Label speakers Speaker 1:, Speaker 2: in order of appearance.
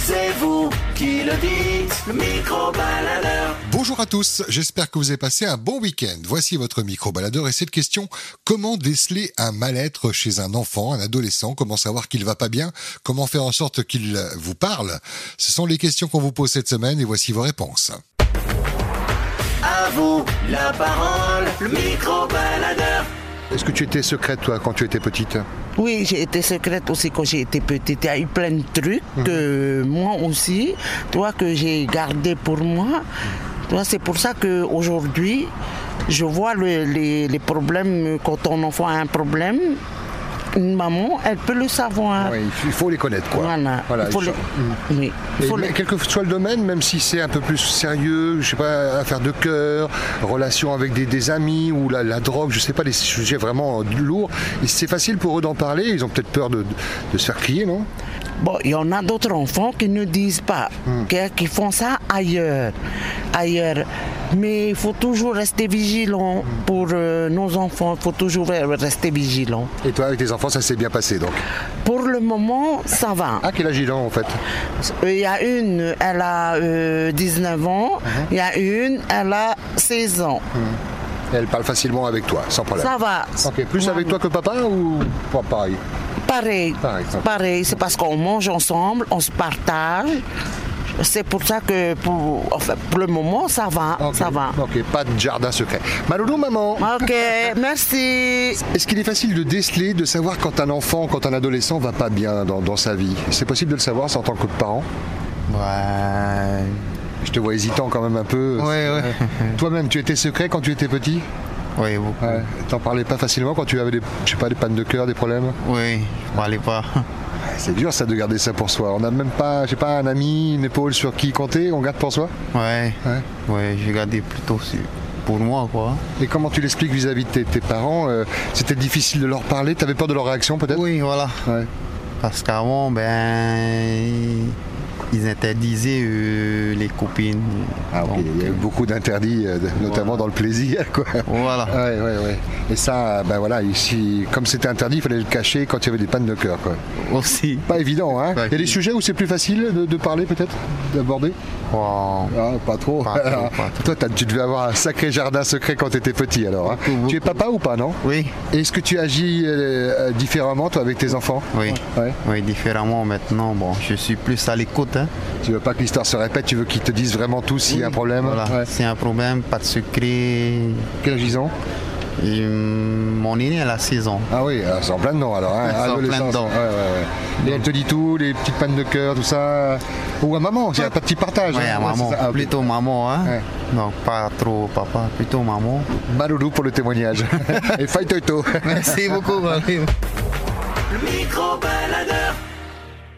Speaker 1: c'est vous qui le dites, le micro-baladeur.
Speaker 2: Bonjour à tous, j'espère que vous avez passé un bon week-end. Voici votre micro-baladeur et cette question, comment déceler un mal-être chez un enfant, un adolescent, comment savoir qu'il va pas bien, comment faire en sorte qu'il vous parle Ce sont les questions qu'on vous pose cette semaine et voici vos réponses.
Speaker 1: À vous la parole, le micro-baladeur.
Speaker 2: Est-ce que tu étais secrète toi quand tu étais petite
Speaker 3: Oui, j'ai été secrète aussi quand j'ai été petite. Il y a eu plein de trucs que moi aussi, toi que j'ai gardé pour moi. Toi, c'est pour ça que aujourd'hui, je vois le- les, les problèmes quand ton enfant a un problème. Une maman, elle peut le savoir.
Speaker 2: Ouais, il faut- il faut les connaître quoi.
Speaker 3: Voilà. il faut Mhm.
Speaker 2: ils
Speaker 3: le-
Speaker 2: sont-
Speaker 3: oui, il
Speaker 2: Et
Speaker 3: faut le-
Speaker 2: mais quel que soit le domaine, même si c'est un peu plus sérieux, je sais pas, affaires de cœur, relations avec des, des amis ou la, la drogue, je sais pas, des sujets vraiment euh, lourds, et c'est facile pour eux d'en parler, ils ont peut-être peur de, de se faire crier, non
Speaker 3: Bon, il y en a d'autres enfants qui ne disent pas,
Speaker 2: Hmm.
Speaker 3: qui, qui font ça ailleurs, ailleurs. Mais il faut toujours rester vigilant
Speaker 2: Hmm.
Speaker 3: pour euh, nos enfants. Il faut toujours re- rester vigilant.
Speaker 2: Et toi, avec tes enfants, ça s'est bien passé donc.
Speaker 3: Pour le moment, ça va. Euh,
Speaker 2: Ah, quel âge il a en fait
Speaker 3: Il y a une, elle a euh, 19 ans.
Speaker 2: Hmm.
Speaker 3: Il y a une, elle a 16 ans.
Speaker 2: Elle parle facilement avec toi, sans problème.
Speaker 3: Ça va.
Speaker 2: Ok, plus avec toi que papa ou pas pareil
Speaker 3: Pareil.
Speaker 2: Pareil, ça.
Speaker 3: Pareil, c'est parce qu'on mange ensemble, on se partage. C'est pour ça que pour, enfin, pour le moment, ça va.
Speaker 2: Ok,
Speaker 3: Ça va. Ah.
Speaker 2: Ok, pas de jardin secret. Maloulou, maman
Speaker 3: Ok, merci.
Speaker 2: Est-ce qu'il est facile de déceler, de savoir quand un enfant, quand un adolescent va pas bien dans, dans sa vie C'est possible de le savoir ça, en tant que parent
Speaker 4: Ouais.
Speaker 2: Je te vois hésitant quand même un peu. Euh,
Speaker 4: Ouais, ouais.
Speaker 2: Toi-même, tu étais secret quand tu étais petit
Speaker 4: Oui, beaucoup.
Speaker 2: Ouais. T'en parlais pas facilement quand tu avais des, je sais pas, des pannes de cœur, des problèmes
Speaker 4: Oui, je parlais pas.
Speaker 2: C'est dur ça de garder ça pour soi. On n'a même pas, je sais pas, un ami, une épaule sur qui compter, on garde pour soi
Speaker 4: Ouais.
Speaker 2: Ouais.
Speaker 4: Ouais, j'ai gardé plutôt sur- pour moi, quoi.
Speaker 2: Et comment tu l'expliques vis-à-vis de tes, tes parents euh, C'était difficile de leur parler T'avais peur de leur réaction peut-être
Speaker 4: Oui, voilà.
Speaker 2: Ouais.
Speaker 4: Parce qu'avant, ben. Ils interdisaient euh, les copines.
Speaker 2: Ah, ok,
Speaker 4: Donc,
Speaker 2: Il y a eu beaucoup d'interdits, euh, de- notamment dans le plaisir. Quoi.
Speaker 4: Voilà.
Speaker 2: Ouais, ouais, ouais. Et ça, euh, ben voilà, ici, comme c'était interdit, il fallait le cacher quand il y avait des pannes de cœur. Quoi.
Speaker 4: Aussi.
Speaker 2: Pas évident, hein Il y
Speaker 4: Pas
Speaker 2: a des
Speaker 4: évident.
Speaker 2: sujets où c'est plus facile de, de parler peut-être, d'aborder
Speaker 4: Wow.
Speaker 2: Ah, pas trop.
Speaker 4: Oh. Pas trop, pas trop.
Speaker 2: Toi, t'as- tu devais avoir un sacré jardin secret quand t'étais petit, alors. hein.
Speaker 4: Beaucoup,
Speaker 2: Tu es
Speaker 4: beaucoup.
Speaker 2: papa ou pas, non
Speaker 4: Oui.
Speaker 2: Est-ce que tu agis euh, euh, différemment, toi, avec tes enfants
Speaker 4: Oui.
Speaker 2: Ouais.
Speaker 4: Oui, différemment maintenant. Bon, je suis plus à l'écoute. Hein.
Speaker 2: Tu veux pas que l'histoire se répète, tu veux qu'ils te disent vraiment tout s'il y a un problème
Speaker 4: Voilà.
Speaker 2: Ouais.
Speaker 4: C'est un problème, pas de secret.
Speaker 2: Quel âge ils ont
Speaker 4: Et, hum, mon aîné, elle a 16 ans.
Speaker 2: Ah oui, c'est en plein dedans, alors. Hein,
Speaker 4: Ils sont en plein
Speaker 2: adolescence.
Speaker 4: dedans.
Speaker 2: Ouais, ouais, ouais. Et elle te dit tout, les petites pannes de cœur, tout ça. Ou à maman, il y a pas de petit partage.
Speaker 4: Ouais,
Speaker 2: hein.
Speaker 4: maman,
Speaker 2: c'est ça. Ah, ok.
Speaker 4: plutôt maman, hein.
Speaker 2: Ouais.
Speaker 4: Donc pas trop papa, plutôt maman.
Speaker 2: Maloulou pour le témoignage. Et fight
Speaker 4: Merci beaucoup, Valérie.
Speaker 1: Le micro-baladeur.